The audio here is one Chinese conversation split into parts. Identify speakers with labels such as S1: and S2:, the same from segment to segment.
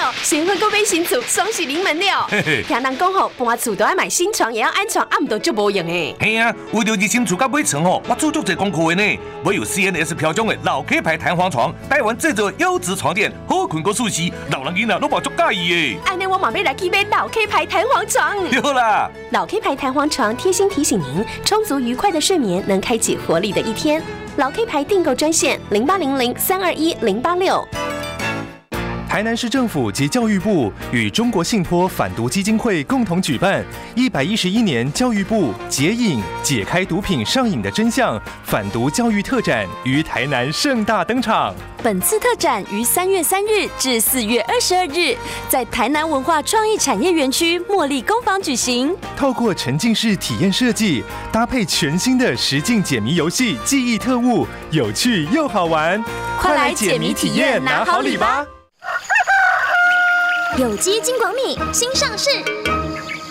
S1: 啊新婚搁买新厝，双喜临门了。
S2: 嘿嘿
S1: 听人讲吼，搬厝都要买新床，也要安床，啊毋都足无用诶。
S2: 嘿啊，为了入新厝甲买床哦，我做足侪功课的呢。我有 CNS 飘奖的老 K 牌弹簧床，台湾制作的优质床垫，好困过舒适，老人囡仔拢嘛足介意
S1: 安尼我嘛要来去买老 K 牌弹簧床。
S2: 的。 对啦，
S1: 老 K 牌弹簧床贴心提醒您，充足愉快的睡眠能开启活力的一天。老 K 牌订购专线零八零零三二一零八六。
S3: 台南市政府及教育部与中国信托反毒基金会共同举办一百一十一年教育部解瘾解开毒品上瘾的真相反毒教育特展于台南盛大登场。
S4: 本次特展于三月三日至四月二十二日，在台南文化创意产业园区茉莉工坊举行。
S3: 透过沉浸式体验设计，搭配全新的实境解谜游戏《记忆特务》，有趣又好玩，
S4: 快来解谜体验拿好礼吧！
S5: 有机金广米新上市，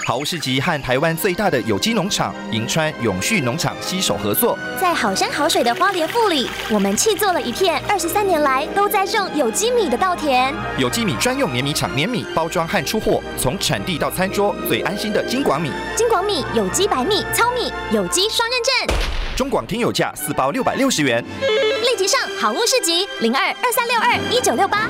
S6: 好市集和台湾最大的有机农场银川永续农场携手合作，
S5: 在好山好水的花莲富里，我们砌作了一片二十三年来都在种有机米的稻田。
S6: 有机米专用碾米厂碾米，包装和出货，从产地到餐桌，最安心的金广米。
S5: 金广米有机白米、糙米有机双认证，
S6: 中广听友价四包六百六十元。
S5: 立即上好物市集零二二三六二一九六八。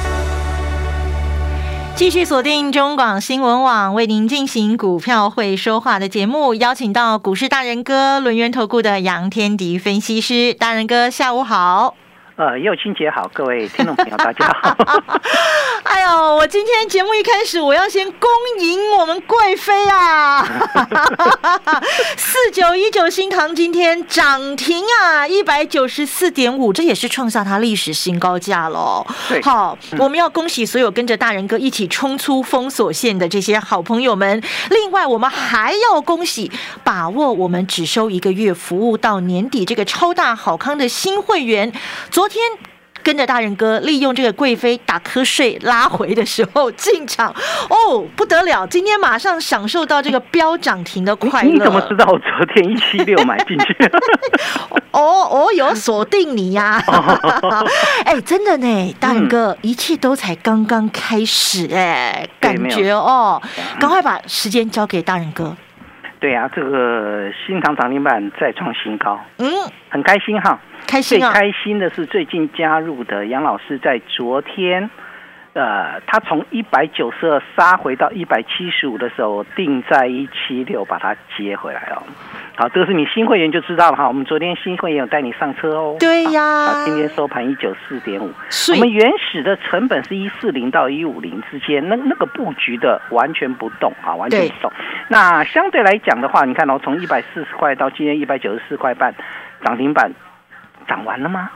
S7: 继续锁定中广新闻网为您进行股票会说话的节目，邀请到股市大人哥轮源投顾的杨天迪分析师，大人哥下午好。
S8: 呃，佑清姐好，各位听众朋友大家 好。
S7: 哎呦，我今天节目一开始，我要先恭迎我们贵妃啊！四九一九新塘今天涨停啊，一百九十四点五，这也是创下它历史新高价喽。
S8: 对
S7: 好，我们要恭喜所有跟着大人哥一起冲出封锁线的这些好朋友们。另外，我们还要恭喜把握我们只收一个月服务到年底这个超大好康的新会员，昨天。跟着大人哥利用这个贵妃打瞌睡拉回的时候进场，哦，不得了！今天马上享受到这个飙涨停的快乐。
S8: 你 怎么知道我昨天一七六买进 去？
S7: 哦哦，有锁定你 呀、哎、真的呢，大人哥，一切都才刚刚开始哎、
S8: 对
S7: 感
S8: 没有
S7: 觉哦，赶快把时间交给大人哥。
S8: 对啊，这个新塘涨停板再创新高，
S7: 嗯，
S8: 很开心哈。
S7: 开
S8: 最
S7: 心啊，
S8: 开心的是最近加入的杨老师，在昨天，呃，他从一百九十二杀回到一百七十五的时候，我定在一七六把它接回来哦。好，这个是你新会员就知道了哈。我们昨天新会员有带你上车哦。
S7: 对呀
S8: 好今天收盘一九四点五。
S7: 是
S8: 我们原始的成本是一四零到一五零之间，那那个布局的完全不动啊，完全不动。那相对来讲的话，你看哦，从一百四十块到今天一百九十四块半，涨停板涨完了吗？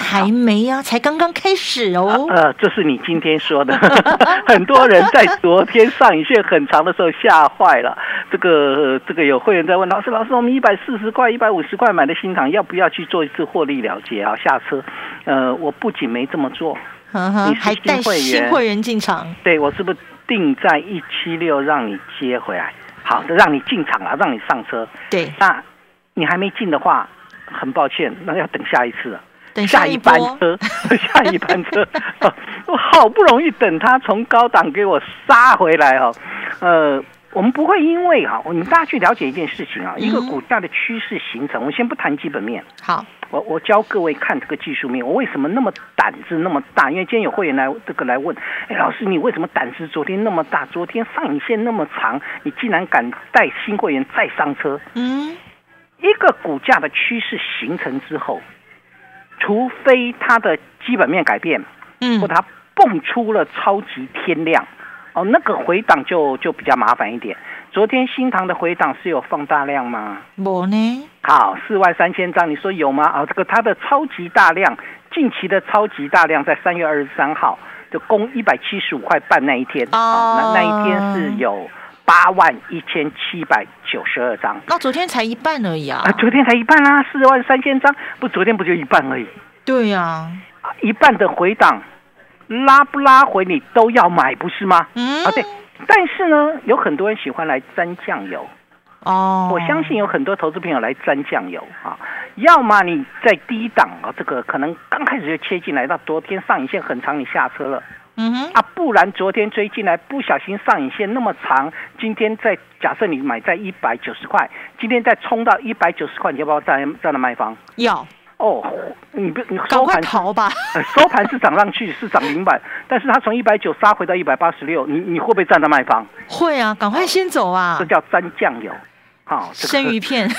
S7: 还没呀、才刚刚开始哦。
S8: 呃，这是你今天说的， 很多人在昨天上影线很长的时候吓坏了。这个这个有会员在问老师，老师，我们一百四十块、一百五十块买的新塘，要不要去做一次获利了结啊？下车，呃，我不仅没这么做，
S7: 嗯哼
S8: 你是
S7: 还带
S8: 新会员
S7: 新会员进场，
S8: 对我是不是定在一七六让你接回来？好的，让你进场了，让你上车。
S7: 对，
S8: 那你还没进的话，很抱歉，那要等下一次了。
S7: 等
S8: 下
S7: 一
S8: 一
S7: 波
S8: 班。车， 下一班车， 哦我好不容易等他从高档给我杀回来哦，呃。我们不会因为哈，哦我们大家去了解一件事情
S7: 嗯
S8: 啊，一个股价的趋势形成，我先不谈基本面，
S7: 好，
S8: 我我教各位看这个技术面，我为什么那么胆子那么大？因为今天有会员来这个来问，哎，老师你为什么胆子昨天那么大？昨天上影线那么长，你竟然敢带新会员再上车？
S7: 嗯，
S8: 一个股价的趋势形成之后，除非它的基本面改变，
S7: 嗯
S8: 或它蹦出了超级天量，哦，那个回档就就比较麻烦一点。昨天新塘的回档是有放大量吗？
S7: 我呢？
S8: 好，四万三千张，你说有吗？啊，这个它的超级大量，近期的超级大量在三月二十三号就攻一百七十五块半那一天，
S7: 哦
S8: 啊那那一天是有八万一千七百九十二张。
S7: 那昨天才一半而已啊。
S8: 啊，昨天才一半啦、四万三千张，不，昨天不就一半而已，
S7: 对呀、
S8: 啊一半的回档，拉不拉回你都要买，不是吗？
S7: 嗯
S8: 啊，对。但是呢，有很多人喜欢来沾酱油，
S7: 哦，
S8: 我相信有很多投资朋友来沾酱油啊。要么你在低档啊，这个可能刚开始就切进来，到昨天上影线很长，你下车了
S7: 嗯哼，
S8: 啊，不然昨天追进来，不小心上影线那么长，今天再假设你买在一百九十块，今天再冲到一百九十块，你要不要再再来卖方？
S7: 要
S8: 哦，你不你
S7: 赶
S8: 收
S7: 快
S8: 盘
S7: 逃吧。
S8: 呃收盘是涨上去，是涨停板， 但是它从一百九杀回到一百八十六，你你会不会站在卖方？
S7: 会啊，赶快先走啊
S8: 这，叫沾酱油，好、这个
S7: 生鱼 片，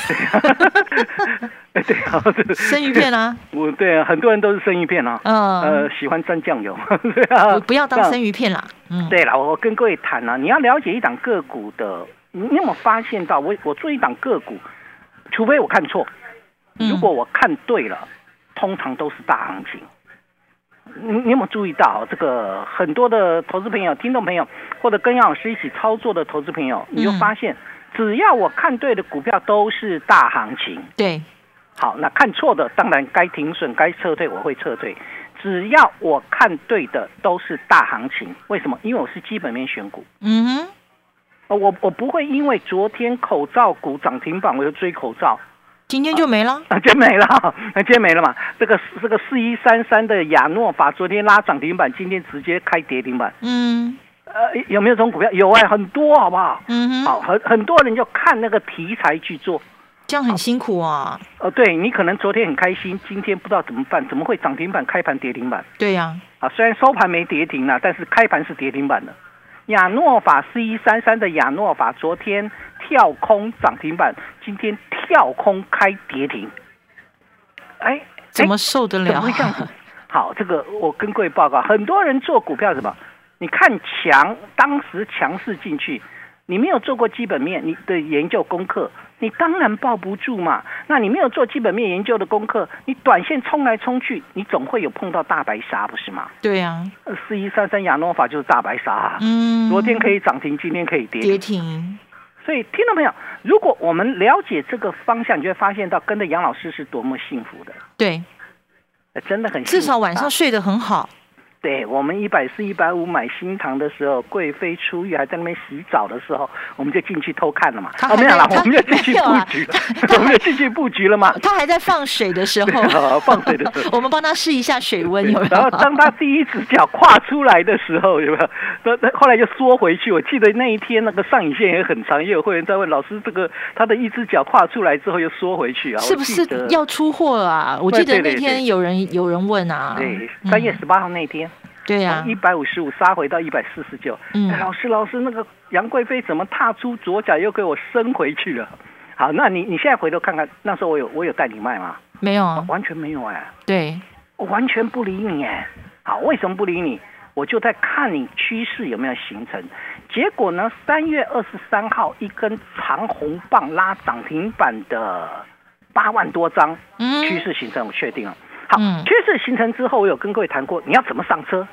S8: 哎对啊，这个
S7: 生鱼片啊，
S8: 我对啊，很多人都是生鱼片啊，
S7: 嗯
S8: 呃，喜欢沾酱油， 对啊，
S7: 不要当生
S8: 鱼。
S7: 鱼片啦。嗯，
S8: 对了，我跟各位谈啊，你要了解一档个股的，你你有没有发现到我我做一档个股，除非我看错，
S7: 嗯
S8: 如果我看对了，通常都是大行情。你你有没有注意到这个很多的投资朋友、听众朋友，或者跟杨老师一起操作的投资朋友，你就
S7: 嗯
S8: 发现，只要我看对的股票都是大行情。
S7: 对，
S8: 好，那看错的当然该停损、该撤退，我会撤退。只要我看对的都是大行情，为什么？因为我是基本面选股，
S7: 嗯哼，
S8: 呃我我不会因为昨天口罩股涨停板我就追口罩，
S7: 今天就没了。
S8: 啊，今天没了， 啊今天没了嘛。这个这个四一三三的亚诺法昨天拉涨停板，今天直接开跌停板，
S7: 嗯
S8: 呃，有没有这种股票？有哎、很多，好不好？
S7: 嗯
S8: 好，
S7: 哼，
S8: 很很多人就看那个题材去做。
S7: 这样很辛苦啊。
S8: 呃，对你可能昨天很开心，今天不知道怎么办，怎么会涨停板开盘跌停板？
S7: 对呀、
S8: 啊，虽然收盘没跌停啦，但是开盘是跌停板的。亚诺法四一三三的亚诺法，昨天跳空涨停板，今天跳空开跌停。哎，
S7: 怎么啊受得
S8: 哎
S7: 了
S8: 怎么会这样子？好，这个我跟各位报告，很多人做股票什么？你看强，当时强势进去，你没有做过基本面你的研究功课，你当然抱不住嘛。那你没有做基本面研究的功课，你短线冲来冲去，你总会有碰到大白鲨，不是吗？
S7: 对呀、
S8: 四一三三亚诺法就是大白鲨、啊，
S7: 嗯，
S8: 昨天可以涨停，今天可以跌。
S7: 跌停，
S8: 所以听到没有？如果我们了解这个方向，你就会发现到跟着杨老师是多么幸福的，
S7: 对，
S8: 呃真的很幸福
S7: 至
S8: 啊
S7: 少晚上睡得很好。
S8: 对我们一百四、一百五买新塘的时候，贵妃出浴还在那边洗澡的时候，我们就进去偷看了嘛。
S7: 他还
S8: 哦，没有啦，
S7: 在
S8: 我们就进去
S7: 他
S8: 布局 了，我们就进去布局了嘛。
S7: 他还在放水的时
S8: 对
S7: 候
S8: 啊，放水的时候
S7: 我们帮他试一下水温有没
S8: 然后当
S7: 有？
S8: 他第一只脚跨出来的时候，有没有？那那后来就缩回去。我记得那一天那个上影线也很长，也有会员在问老师，这个他的一只脚跨出来之后又缩回去啊？
S7: 是不
S8: 我记
S7: 是
S8: 得
S7: 要出货了啊？我
S8: 对
S7: 记得
S8: 对
S7: 那
S8: 对
S7: 天
S8: 对
S7: 有人有人问啊，
S8: 对
S7: 嗯
S8: 三月十八号那天，
S7: 对啊呀、
S8: 一百五十五杀回到一百四十九。
S7: 嗯
S8: 哎老师老师，那个杨贵妃怎么踏出左脚又给我伸回去了？好，那你你现在回头看看，那时候我有我有带你卖吗？
S7: 没有啊，
S8: 完全没有哎。
S7: 对，
S8: 我完全不理你哎。好，为什么不理你？我就在看你趋势有没有形成。结果呢，三月二十三号一根长红棒拉涨停板的八万多张，
S7: 嗯
S8: 趋势形成我确定了。好，
S7: 嗯
S8: 趋势形成之后，我有跟各位谈过，你要怎么上车？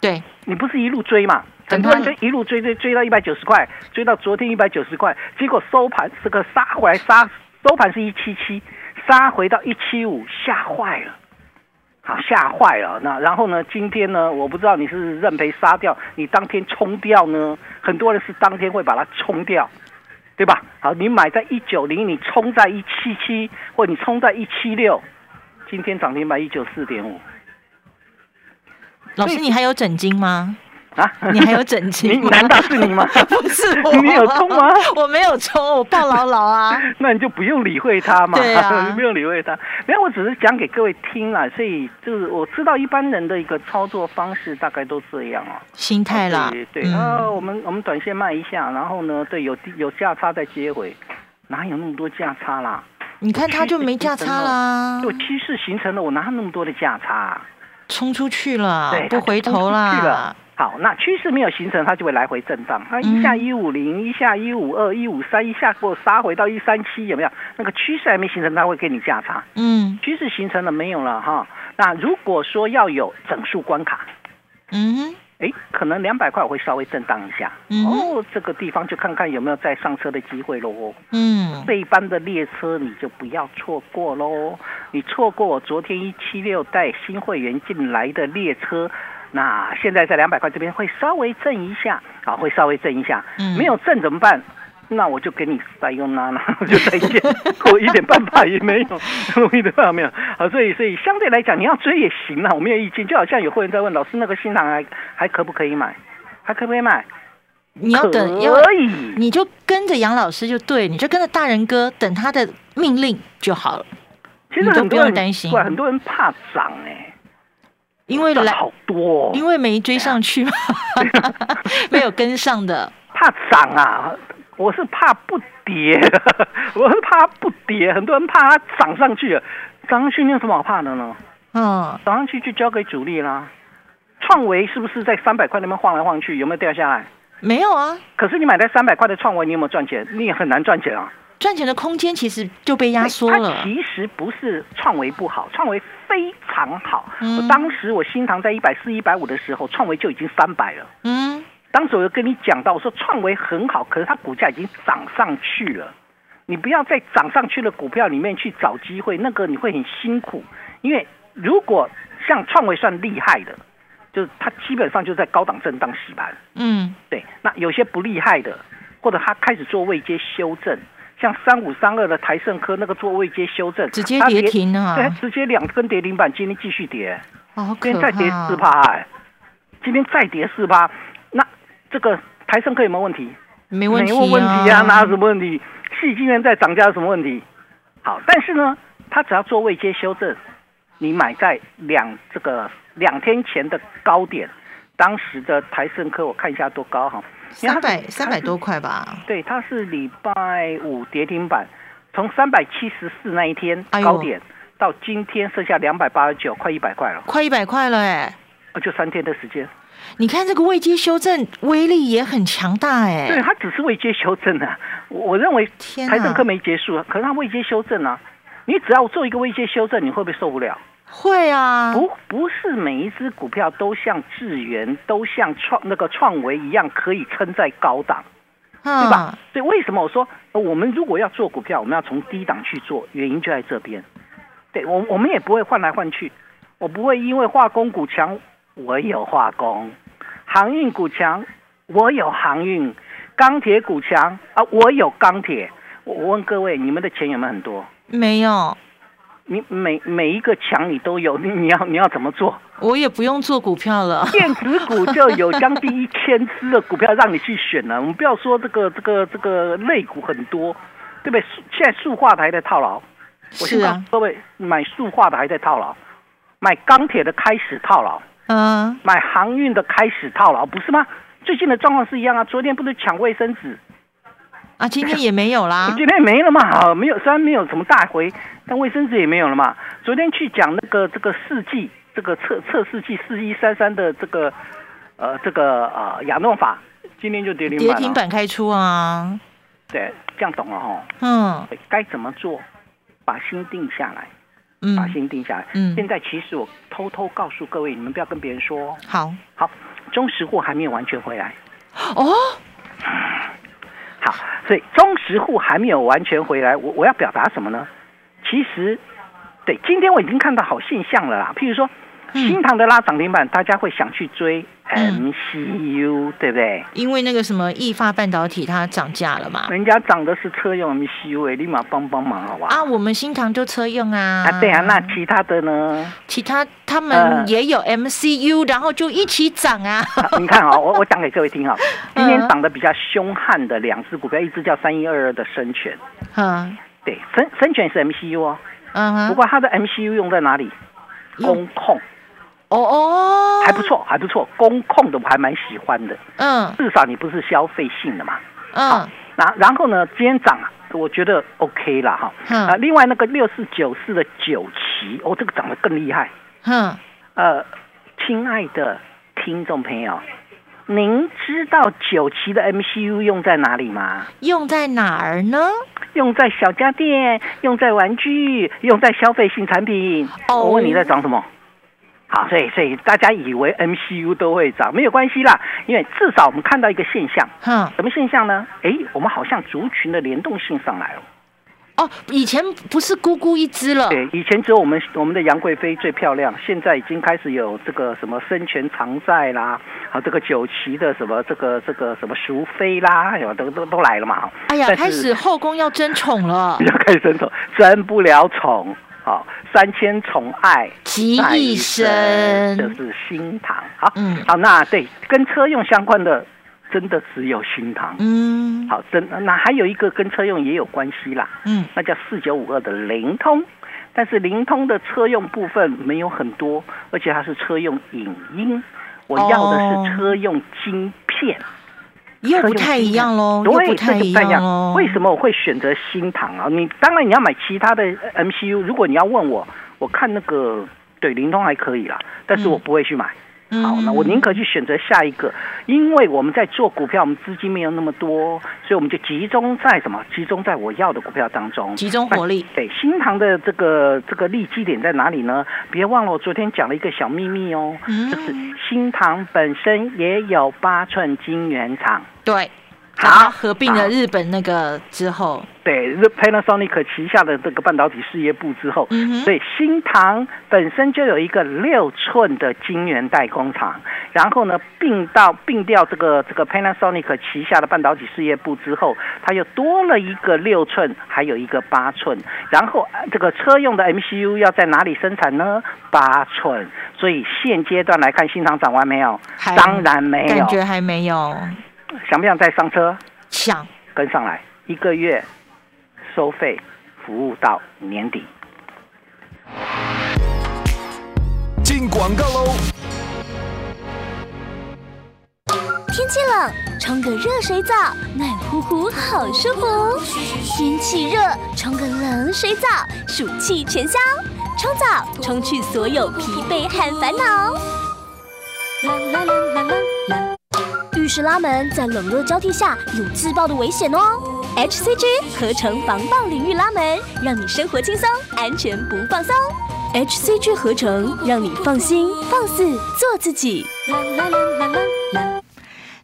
S7: 对，
S8: 你不是一路追嘛？
S7: 怎
S8: 很
S7: 么
S8: 多人就一路追追追到一百九十块，追到昨天一百九十块，结果收盘这个杀回来杀收盘是一七七，杀回到一七五，吓坏了。好吓坏了，那然后呢？今天呢？我不知道你是认赔杀掉，你当天冲掉呢？很多人是当天会把它冲掉，对吧？好，你买在一九零，你冲在一七七，或你冲在一七六，今天涨停板一九四点五
S7: 老师你还有枕巾吗？
S8: 啊！
S7: 你还有枕 巾
S8: 你
S7: 吗？
S8: 难道是你吗
S7: 不是我，
S8: 你有冲吗？
S7: 我没有冲，我抱牢牢啊。
S8: 那你就不用理会他嘛，
S7: 对 啊
S8: 不用理会他。没有，我只是讲给各位听啦，所以就是我知道一般人的一个操作方式大概都这样哦。
S7: 心态啦
S8: 对，对，
S7: 嗯
S8: 啊，我们我们短线卖一下，然后呢，对，有低有价差再接回，哪有那么多价差啦？
S7: 你看他就没价差啦，
S8: 我趋势形成了，我哪有那么多的价差啊、
S7: 冲出去了啊
S8: 对，，
S7: 不
S8: 它就
S7: 回
S8: 冲出
S7: 头
S8: 去了
S7: 啦。嗯
S8: 好，那趋势没有形成，它就会来回震荡。它一下一五零，一下一五二，一五三，一下给我杀回到一三七，有没有？那个趋势还没形成，它会给你价差。
S7: 嗯
S8: 趋势形成了没有了哈？那如果说要有整数关卡，
S7: 嗯
S8: 哎，可能两百块我会稍微震荡一下。
S7: 嗯
S8: 哦，这个地方就看看有没有再上车的机会喽。
S7: 嗯
S8: 这一班的列车你就不要错过喽。你错过我昨天一七六带新会员进来的列车，那现在在两百块这边会稍微震一下啊，会稍微震一下。
S7: 嗯
S8: 没有震怎么办？那我就给你再用啦啦，我就再见， 我一点办法也没有，我一点办法没有。好，所以所以相对来讲，你要追也行啦，我没有意见。就好像有会员在问老师，那个新塘还还可不可以买？还可不可以买？
S7: 你要等，要
S8: 可以，
S7: 你就跟着杨老师就对，你就跟着大人哥等他的命令就好了，你
S8: 其
S7: 都
S8: 实很
S7: 不
S8: 多
S7: 用
S8: 人
S7: 担心
S8: 对很多人怕涨哎、
S7: 因为
S8: 涨
S7: 来
S8: 好多、哦，
S7: 因为没追上去 嘛，没有跟上的，
S8: 怕涨啊，我是怕不跌， 我是怕不跌。很多人怕它涨上去了，涨上去你有什么好怕的呢？
S7: 嗯
S8: 涨上去就交给主力啦。创维是不是在三百块那边晃来晃去？有没有掉下来？
S7: 没有啊，
S8: 可是你买在三百块的创维，你有没有赚钱？你也很难赚钱啊。
S7: 赚钱的空间其实就被压缩
S8: 它
S7: 了，
S8: 其实不是创维不好，创维非常好。
S7: 嗯
S8: 我当时我新塘在一百四、一百五的时候，创维就已经三百了。
S7: 嗯
S8: 当时我就跟你讲到，我说创维很好，可是它股价已经涨上去了，你不要在涨上去的股票里面去找机会，那个你会很辛苦，因为如果像创维算厉害的，就是它基本上就在高档震荡洗盘，
S7: 嗯
S8: 对，那有些不厉害的，或者它开始做位阶修正。像三五三二的台盛科那个做位阶修正，
S7: 直接
S8: 它
S7: 跌停啊
S8: 对，它直接两根跌停板，今天继续跌。
S7: 好
S8: 今
S7: 可
S8: 天再跌
S7: 怕
S8: 四，趴、哎，今天再跌四趴，那这个台盛科有没有问题？
S7: 没问题
S8: 没有问题啊，哪有什么问题？细晶元在涨价有什么问题？好，但是呢，它只要做位阶修正，你买在两这个两天前的高点，当时的台盛科我看一下多高哈，因为
S7: 三
S8: 它
S7: 百
S8: 是
S7: 三百多，块吧
S8: 它是，对，它是礼拜五跌停板，从三百七十四那一天
S7: 哎呦
S8: 高点、到今天剩下两百八十九，快一百块了，
S7: 快一百块了哎、
S8: 呃就三天的时间。
S7: 你看这个未接修正威力也很强大哎、
S8: 对，它只是未接修正啊。我我认为
S7: 天
S8: 台政
S7: 哪
S8: 课没结束，可是它未接修正啊。你只要做一个未接修正，你会不会受不了？
S7: 会啊，
S8: 不，不是每一只股票都像智源、都像创那个创维一样可以撑在高档，对吧？
S7: 嗯，
S8: 所以为什么我说呃我们如果要做股票，我们要从低档去做，原因就在这边。对我，我们也不会换来换去，我不会因为化工股强，我有化工；航运股强，我有航运；钢铁股强啊，我有钢铁。我我问各位，你们的钱有没有很多？
S7: 没有，
S8: 你每每一个强你都有，你你要你要怎么做？
S7: 我也不用做股票了。
S8: 电子股就有将近一千只的股票让你去选了、我们不要说这个这个这个类股很多，对不对？塑现在塑化的还在套牢，我先
S7: 是
S8: 告
S7: 啊
S8: 诉各位，买塑化的还在套牢，买钢铁的开始套牢，
S7: 嗯，
S8: 买航运的开始套牢，不是吗？最近的状况是一样啊，昨天不是抢卫生纸，
S7: 啊，今天也没有 啦。
S8: 今天没了嘛，啊没有，虽然没有什么大回，但卫生纸也没有了嘛。昨天去讲那个这个试剂，这个测测试剂四一三三的这个呃这个呃亚诺法，今天就跌停板
S7: 跌
S8: 了。
S7: 停板开出啊，
S8: 对，这样懂了哈。
S7: 嗯
S8: 该怎么做？把心定下来，把
S7: 嗯，
S8: 心定下来。
S7: 嗯
S8: 现在其实我偷偷告诉各位，你们不要跟别人说哦。
S7: 好
S8: 好，中石户还没有完全回来。
S7: 哦，
S8: 好，所以中实户还没有完全回来，我我要表达什么呢？其实，对，今天我已经看到好现象了啦。譬如说，
S7: 嗯
S8: 新塘的拉涨停板，大家会想去追哎
S7: 嗯
S8: MCU，、对不对？
S7: 因为那个什么易发半导体它涨价了嘛，
S8: 人家涨的是车用 MCU，哎，立马帮帮忙，好吧？
S7: 啊，我们新塘就车用啊，
S8: 啊，对啊，那其他的呢？
S7: 其他他
S8: 呃
S7: 们也有 MCU，然后就一起涨 啊，
S8: 你看啊、我我讲给各位听啊、今天
S7: 嗯
S8: 涨得比较凶悍的两只股票，一只叫三一二二的深全，
S7: 嗯
S8: 对，深深全是 MCU 哦，
S7: 嗯
S8: 不
S7: 哼，
S8: 过它的 MCU 用在哪里？
S7: 用
S8: 工控。
S7: 哦哦，
S8: 还不，错，还不错，工控的我还蛮喜欢的，
S7: 嗯
S8: 至少你不是消费性的嘛。
S7: 嗯
S8: 然然后呢，今天涨，啊我觉得 OK 啦哈。
S7: 嗯
S8: 啊，另外那个六四九四的九旗，哦，这个涨得更厉害。
S7: 哼，
S8: 呃，亲爱的听众朋友，您知道九期的 MCU 用在哪里吗？
S7: 用在哪儿呢？
S8: 用在小家电，用在玩具，用在消费性产品。
S7: 哦
S8: 我问你在涨什么？好，所以所以大家以为 MCU 都会涨，没有关系啦，因为至少我们看到一个现象，
S7: 哼，
S8: 什么现象呢？哎，我们好像族群的联动性上来了。
S7: 哦，以前不是咕咕一只了，
S8: 对，以前只有我们我们的杨贵妃最漂亮，现在已经开始有这个什么生前常在啦，啊，这个九旗的什么这个这个什么淑妃啦，哎呦，都都都来了嘛。
S7: 哎呀，
S8: 但是
S7: 开始后宫要争宠了
S8: 比，较开始争宠，争不了宠，好、三千宠爱
S7: 集
S8: 在
S7: 一身
S8: 这是新唐。好，
S7: 嗯
S8: 好，那对跟车用相关的，真的只有新唐。
S7: 嗯
S8: 好，真那还有一个跟车用也有关系啦，
S7: 嗯，
S8: 那叫四九五二的灵通，但是灵通的车用部分没有很多，而且它是车用影音，我要的
S7: 哦
S8: 是车用晶片。
S7: 又
S8: 车
S7: 不
S8: 用
S7: 太
S8: 晶
S7: 一
S8: 片
S7: 样喽，又
S8: 对，
S7: 不
S8: 这
S7: 太
S8: 就
S7: 一
S8: 不太
S7: 样喽。
S8: 为什么我会选择新唐啊？你当然你要买其他的呃 MCU，如果你要问我，我看那个对灵通还可以啦，但是我不会去买。
S7: 嗯
S8: 好，那我宁可去选择下一个，因为我们在做股票，我们资金没有那么多，所以我们就集中在什么？集中在我要的股票当中，
S7: 集中火力
S8: 那对，新塘的这个这个利基点在哪里呢？别忘了我昨天讲了一个小秘密哦，
S7: 嗯
S8: 就是新塘本身也有八寸晶圆厂。
S7: 对，
S8: 好
S7: 它合并了
S8: 好
S7: 日本那个之后，
S8: 对日 Panasonic 旗下的这个半导体事业部之后，
S7: 嗯哼
S8: 所以新唐本身就有一个六寸的晶圆代工厂，然后呢并到并掉这个这个 Panasonic 旗下的半导体事业部之后，它又多了一个六寸，还有一个八寸，然后呃这个车用的 MCU 要在哪里生产呢？八寸，所以现阶段来看，新唐涨完没有？
S7: 还
S8: 当然没有
S7: 感，觉还没有
S8: 想不想再上车？
S7: 想
S8: 跟上来，一个月收费服务到年底。
S6: 进广告喽。
S5: 天气冷，冲个热水澡，暖乎乎，好舒服哦。天气热，冲个冷水澡，暑气全消。冲澡，冲去所有疲惫和烦恼。啦啦啦啦啦啦！浴室拉门在冷热交替下有自爆的危险哦。HCG 合成防爆淋浴拉门，让你生活轻松，安全不放松。HCG 合成，让你放心放肆做自己。啦啦啦啦啦啦！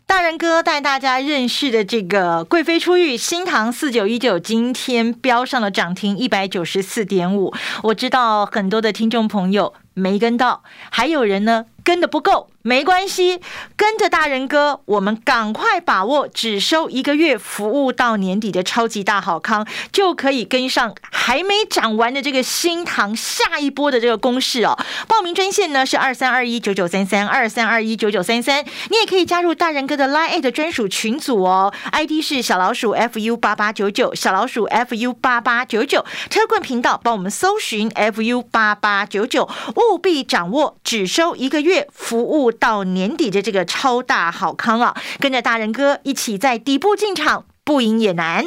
S7: 大人哥带大家认识的这个贵妃出狱，新塘四九一九今天标上了涨停一百九十四点五。我知道很多的听众朋友没跟到，还有人呢跟的不够，没关系，跟着大人哥，我们赶快把握只收一个月，服务到年底的超级大好康，就可以跟上还没涨完的这个新塘下一波的这个攻势哦。报名专线呢是二三二一九九三三二三二一九九三三，你也可以加入大人哥的 Line 的专属群组哦，ID 是小老鼠 fu 八八九九，小老鼠 fu 八八九九，车棍频道帮我们搜寻 fu 八八九九，务必掌握只收一个月，服务到年底的这个超大好康啊！跟着大人哥一起在底部进场，不赢也难。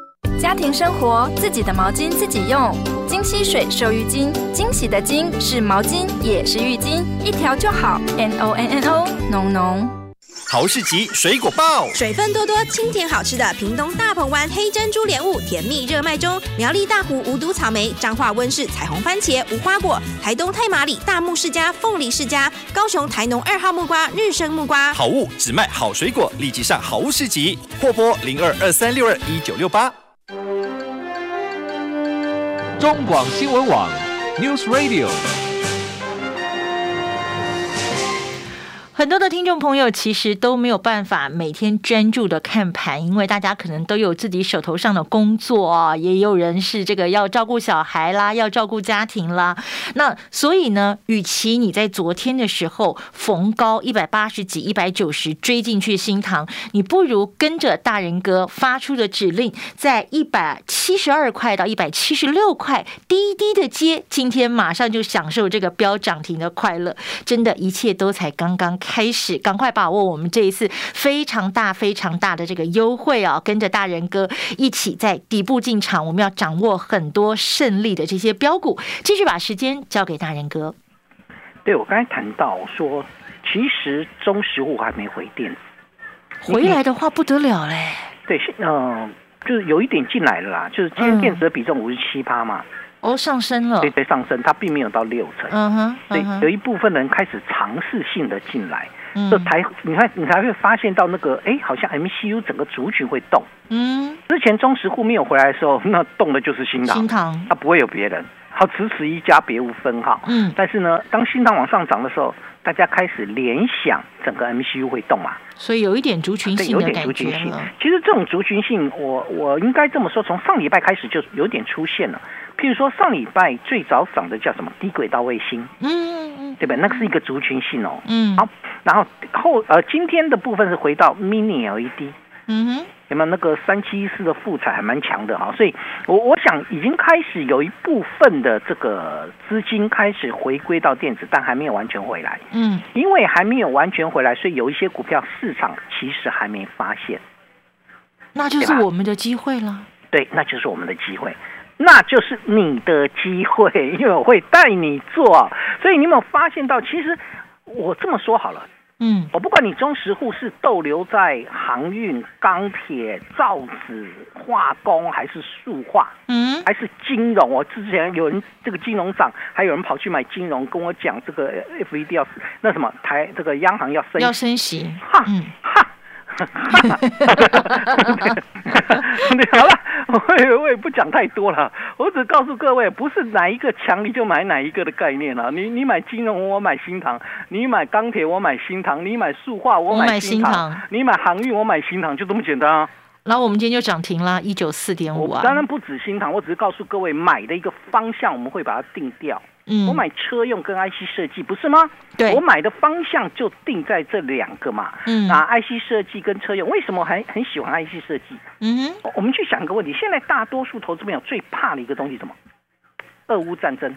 S9: 家庭生活自己的毛巾自己用，金溪水瘦浴巾，惊喜的惊是毛巾也是浴巾，一条就好。N O N N O 浓浓。
S6: 豪士集水果报，
S10: 水分多多、清甜好吃的屏东大鹏湾黑珍珠莲雾甜蜜热卖中，苗栗大湖无毒草莓、彰化温室彩虹番茄无花果、台东太麻里大木世家凤梨世家、高雄台农二号木瓜日升木瓜。
S6: 好物只卖好水果，立即上豪士集，或拨零二二三六二一九六八。
S11: 中广新闻网 News Radio。
S7: 很多的听众朋友其实都没有办法每天专注的看盘，因为大家可能都有自己手头上的工作啊，也有人是这个要照顾小孩啦，要照顾家庭啦。那所以呢，与其你在昨天的时候逢高一百八十几、一百九十追进去新塘，你不如跟着大人哥发出的指令，在一百七十二块到一百七十六块低低的接，今天马上就享受这个标涨停的快乐。真的，一切都才刚刚开始，赶快把握我们这一次非常大、非常大的这个优惠啊！跟着大人哥一起在底部进场，我们要掌握很多胜利的这些标股。继续把时间交给大人哥。
S8: 对我刚才谈到说，其实中实物还没回电，嗯
S7: 回来的话不得了嘞！
S8: 对，嗯、呃，就是有一点进来了啦，就是今天电子的比重五十七趴嘛。
S7: 哦，上升了。
S8: 对对，上升，它并没有到六成。
S7: 嗯哼，
S8: 所以
S7: 嗯哼
S8: 有一部分人开始尝试性的进来，
S7: 嗯
S8: 这才你看你才会发现到那个哎，好像 MCU 整个族群会动。
S7: 嗯，
S8: 之前中石户没有回来的时候，那动的就是新塘，
S7: 新塘
S8: 它不会有别人，好，只此一家别无分号。
S7: 嗯，
S8: 但是呢，当新塘往上涨的时候，大家开始联想整个 MCU 会动嘛，
S7: 所以有一点族群
S8: 对，
S7: 性
S8: 有
S7: 的
S8: 点
S7: 感
S8: 族群
S7: 觉
S8: 性
S7: 了。。
S8: 其实这种族群性，我我应该这么说，从上礼拜开始就有点出现了。譬如说上礼拜最早涨的叫什么低轨道卫星，
S7: 嗯
S8: 对吧？那个是一个族群性哦。
S7: 嗯
S8: 好，然后后呃今天的部分是回到 mini LED，
S7: 嗯哼，
S8: 有没有那个三七一四的复彩还蛮强的哈、所以我我想已经开始有一部分的这个资金开始回归到电子，但还没有完全回来，
S7: 嗯
S8: 因为还没有完全回来，所以有一些股票市场其实还没发现，
S7: 那就是我们的机会了。
S8: 对，那就是我们的机会。那就是你的机会，因为我会带你做，所以你有没有发现到？其实我这么说好了，
S7: 嗯
S8: 我不管你中石户是逗留在航运、钢铁、造纸、化工，还是塑化，
S7: 嗯，
S8: 还是金融哦。之前有人这个金融涨，还有人跑去买金融，跟我讲这个 FED 要那什么台这个央行要升息
S7: 要升息。
S8: 哈
S7: 嗯，
S8: 好了，我也我也不讲太多了，我只告诉各位，不是哪一个强你就买哪一个的概念了、你你买金融，我买新塘；你买钢铁，我买新塘；你买塑化，我
S7: 我买
S8: 买
S7: 新
S8: 新
S7: 塘
S8: 塘；你买航运，我买新塘，就这么简单啊！
S7: 然后我们今天就涨停啦，一九四点五啊。
S8: 当然不止新塘，我只是告诉各位买的一个方向，我们会把它定掉。
S7: 嗯
S8: 我买车用跟 IC 设计，不是吗？
S7: 对
S8: 我买的方向就定在这两个嘛。
S7: 嗯
S8: 啊，IC 设计跟车用，为什么我很很喜欢 IC 设计？
S7: 嗯哼，
S8: 我我们去想一个问题，现在大多数投资朋友最怕的一个东西是什么？俄乌战争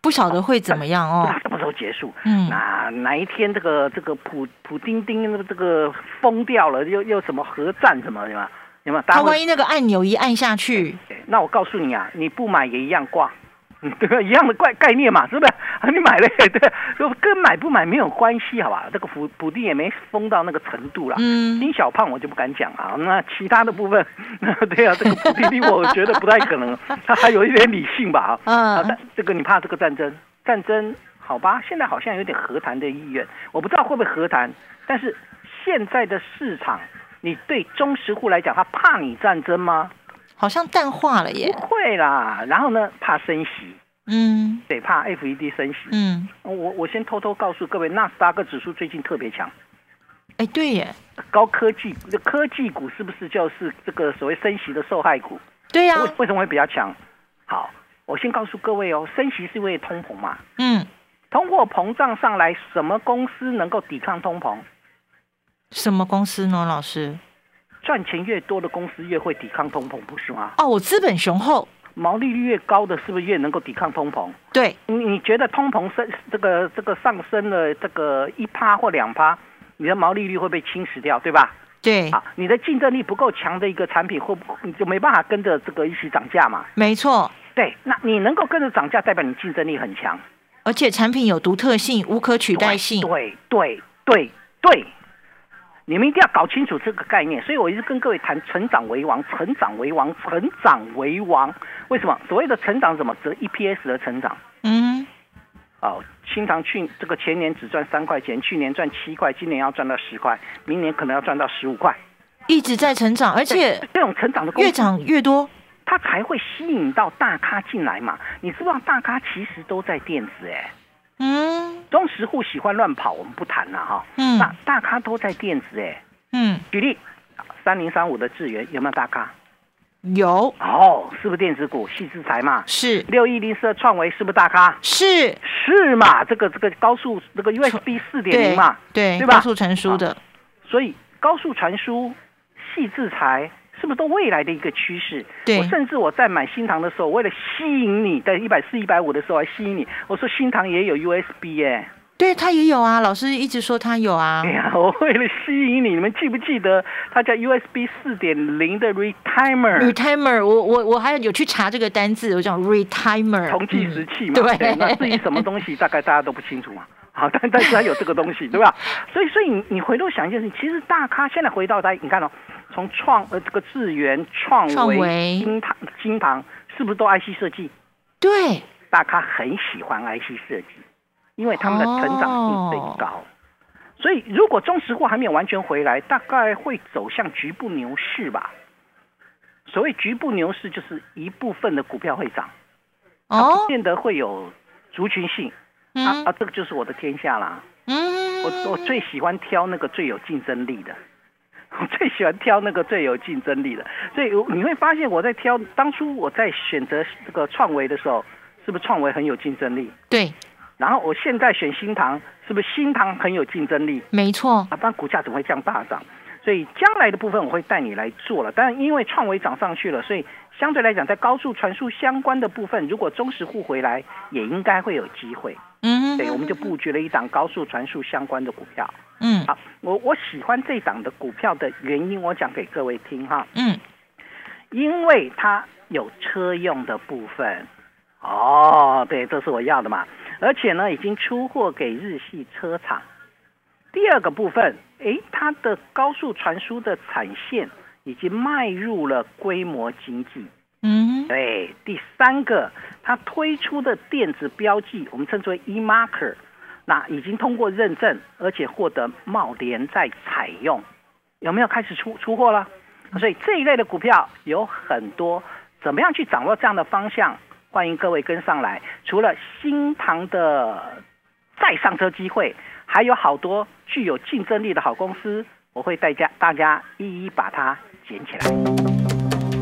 S7: 不晓得会怎么样
S8: 不
S7: 哦
S8: 知道。什么时候结束？
S7: 嗯
S8: 哪哪一天这个这个普普丁丁这个疯掉了，又又什么核战什么的嘛？有没有？大
S7: 他
S8: 家会
S7: 万一那个按钮一按下去，
S8: 那我告诉你啊，你不买也一样挂， 嗯，对吧？一样的概概念嘛，是不 是？啊你买了也对，就跟买不买没有关系，好吧？这个补补丁也没疯到那个程度啦。
S7: 嗯
S8: 丁小胖我就不敢讲啊，那其他的部分，对啊，这个补丁丁我觉得不太可能，他还有一点理性吧啊。
S7: 嗯
S8: 啊，但这个你怕这个战争，战争好吧？现在好像有点和谈的意愿，我不知道会不会和谈，但是现在的市场，你对中实户来讲，他怕你战争吗？
S7: 好像淡化了耶。
S8: 会啦，然后呢，怕升息，
S7: 嗯
S8: 得怕 FED 升息。
S7: 嗯，
S8: 我我先偷偷告诉各位，纳斯达克指数最近特别强，
S7: 哎，对耶，
S8: 高科技科技股是不是就是这个所谓升息的受害股？
S7: 对啊呀、
S8: 为为什么会比较强？好，我先告诉各位哦，升息是因为通膨嘛，
S7: 嗯，
S8: 通货膨胀上来，什么公司能够抵抗通膨？
S7: 什么公司呢，老师？
S8: 赚钱越多的公司越会抵抗通膨，不是吗？
S7: 哦，我资本雄厚，
S8: 毛利率越高的，是不是越能够抵抗通膨？
S7: 对，
S8: 你你觉得通膨升这个这个上升了这个一趴或两趴，你的毛利率会被侵蚀掉，对吧？
S7: 对，
S8: 啊，你的竞争力不够强的一个产品，会不你就没办法跟着这个一起涨价嘛？
S7: 没错，
S8: 对，那你能够跟着涨价，代表你竞争力很强，
S7: 而且产品有独特性，无可取代性。
S8: 对对对对，你们一定要搞清楚这个概念。所以我一直跟各位谈成长为王，成长为王，成长为王。为什么？所谓的成长是什么？则 EPS 的成长。
S7: 嗯，
S8: 哦，新塘去这个前年只赚三块钱，去年赚七块，今年要赚到十块，明年可能要赚到十五块。
S7: 一直在成长，而且
S8: 对这种成长的公司
S7: 越涨越多。
S8: 它才会吸引到大咖进来嘛。你知不知道大咖其实都在电子哎、
S7: 嗯，
S8: 中实户喜欢乱跑，我们不谈了哈。
S7: 嗯
S8: 大大咖都在电子哎。
S7: 嗯，
S8: 举例，三零三五的智源有没有大咖？
S7: 有
S8: 哦，是不是电子股细制裁嘛？
S7: 是。
S8: 六一零四的创维是不是大咖？
S7: 是
S8: 是嘛？这个这个高速这个 USB 四点零嘛，
S7: 对
S8: 对吧？嗯
S7: 高速传输的，
S8: 所以高速传输、细制裁，是不是都未来的一个趋势？
S7: 对
S8: 我甚至我在买新塘的时候，为了吸引你，在一百四、一百五的时候还吸引你，我说新塘也有 USB 耶、
S7: 对他也有啊，老师一直说他有啊
S8: 哎，呀，我为了吸引你，你们记不记得它叫 USB 四点零的 retimer？
S7: retimer，我我我还有去查这个单字，我讲 retimer，
S8: 同计时器嘛，哎
S7: 嗯对
S8: 那至于什么东西，大概大家都不清楚嘛。 好，但但是它有这个东西，对吧？所以，所以你你回头想一件事情，其实大咖现在回到大家，你看哦，从创呃这个智源、创
S7: 创
S8: 维、
S7: 维
S8: 金堂、金堂，是不是都 IC 设计？
S7: 对，
S8: 大咖很喜欢 IC 设计，因为他们的成长性最高。
S7: 哦
S8: 所以，如果中石化还没有完全回来，大概会走向局部牛市吧。所谓局部牛市，就是一部分的股票会涨，它不
S7: 哦，
S8: 见得会有族群性。啊
S7: 嗯
S8: 啊，这个就是我的天下啦。
S7: 嗯，
S8: 我我最喜欢挑那个最有竞争力的，我最喜欢挑那个最有竞争力的。所以我你会发现我在挑，当初我在选择这个创维的时候，是不是创维很有竞争力？
S7: 对，
S8: 然后我现在选新塘，是不是新塘很有竞争力？
S7: 没错，
S8: 啊，不然股价怎么会这样大涨？所以将来的部分我会带你来做了，但因为创维涨上去了，所以相对来讲，在高速传输相关的部分，如果中实户回来，也应该会有机会。
S7: 嗯，
S8: 对，我们就布局了一档高速传输相关的股票。
S7: 嗯
S8: 好，我我喜欢这档的股票的原因，我讲给各位听哈，
S7: 嗯，
S8: 因为它有车用的部分。哦，对，这是我要的嘛，而且呢，已经出货给日系车厂。第二个部分，诶，它的高速传输的产线已经迈入了规模经济。
S7: 嗯，
S8: 对，第三个，它推出的电子标记，我们称之为 e marker，那已经通过认证，而且获得茂联在采用，有没有开始出出货了？所以这一类的股票有很多，怎么样去掌握这样的方向？欢迎各位跟上来。除了新塘的再上车机会，还有好多具有竞争力的好公司，我会带家大家一一把它捡起来。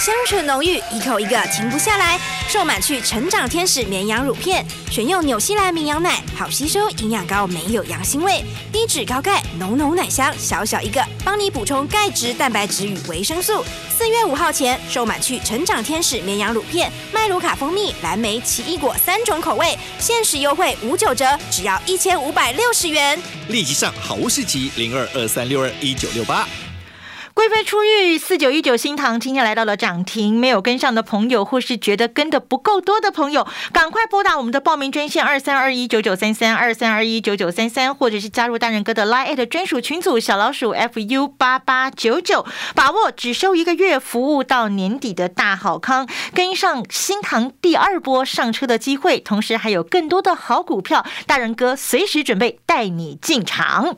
S10: 香醇浓郁，一口一个停不下来。瘦满去成长天使绵羊乳片，选用纽西兰绵羊奶，好吸收，营养高，没有羊腥味，低脂高钙，浓浓奶香，小小一个，帮你补充钙质、蛋白质与维生素。四月五号前，瘦满去成长天使绵羊乳片，麦卢卡蜂蜜、蓝莓、奇异果三种口味，限时优惠五九折，只要一千五百六十元。
S12: 立即上好市集零二二三六二一九六八。
S7: 贵妃出狱，四九一九新塘今天来到了涨停，没有跟上的朋友，或是觉得跟的不够多的朋友，赶快拨打我们的报名专线二三二一九九三三二三二一九九三三，或者是加入大人哥的 Line at 专属群组小老鼠 fu 八八九九，把握只收一个月服务到年底的大好康，跟上新塘第二波上车的机会，同时还有更多的好股票，大人哥随时准备带你进场。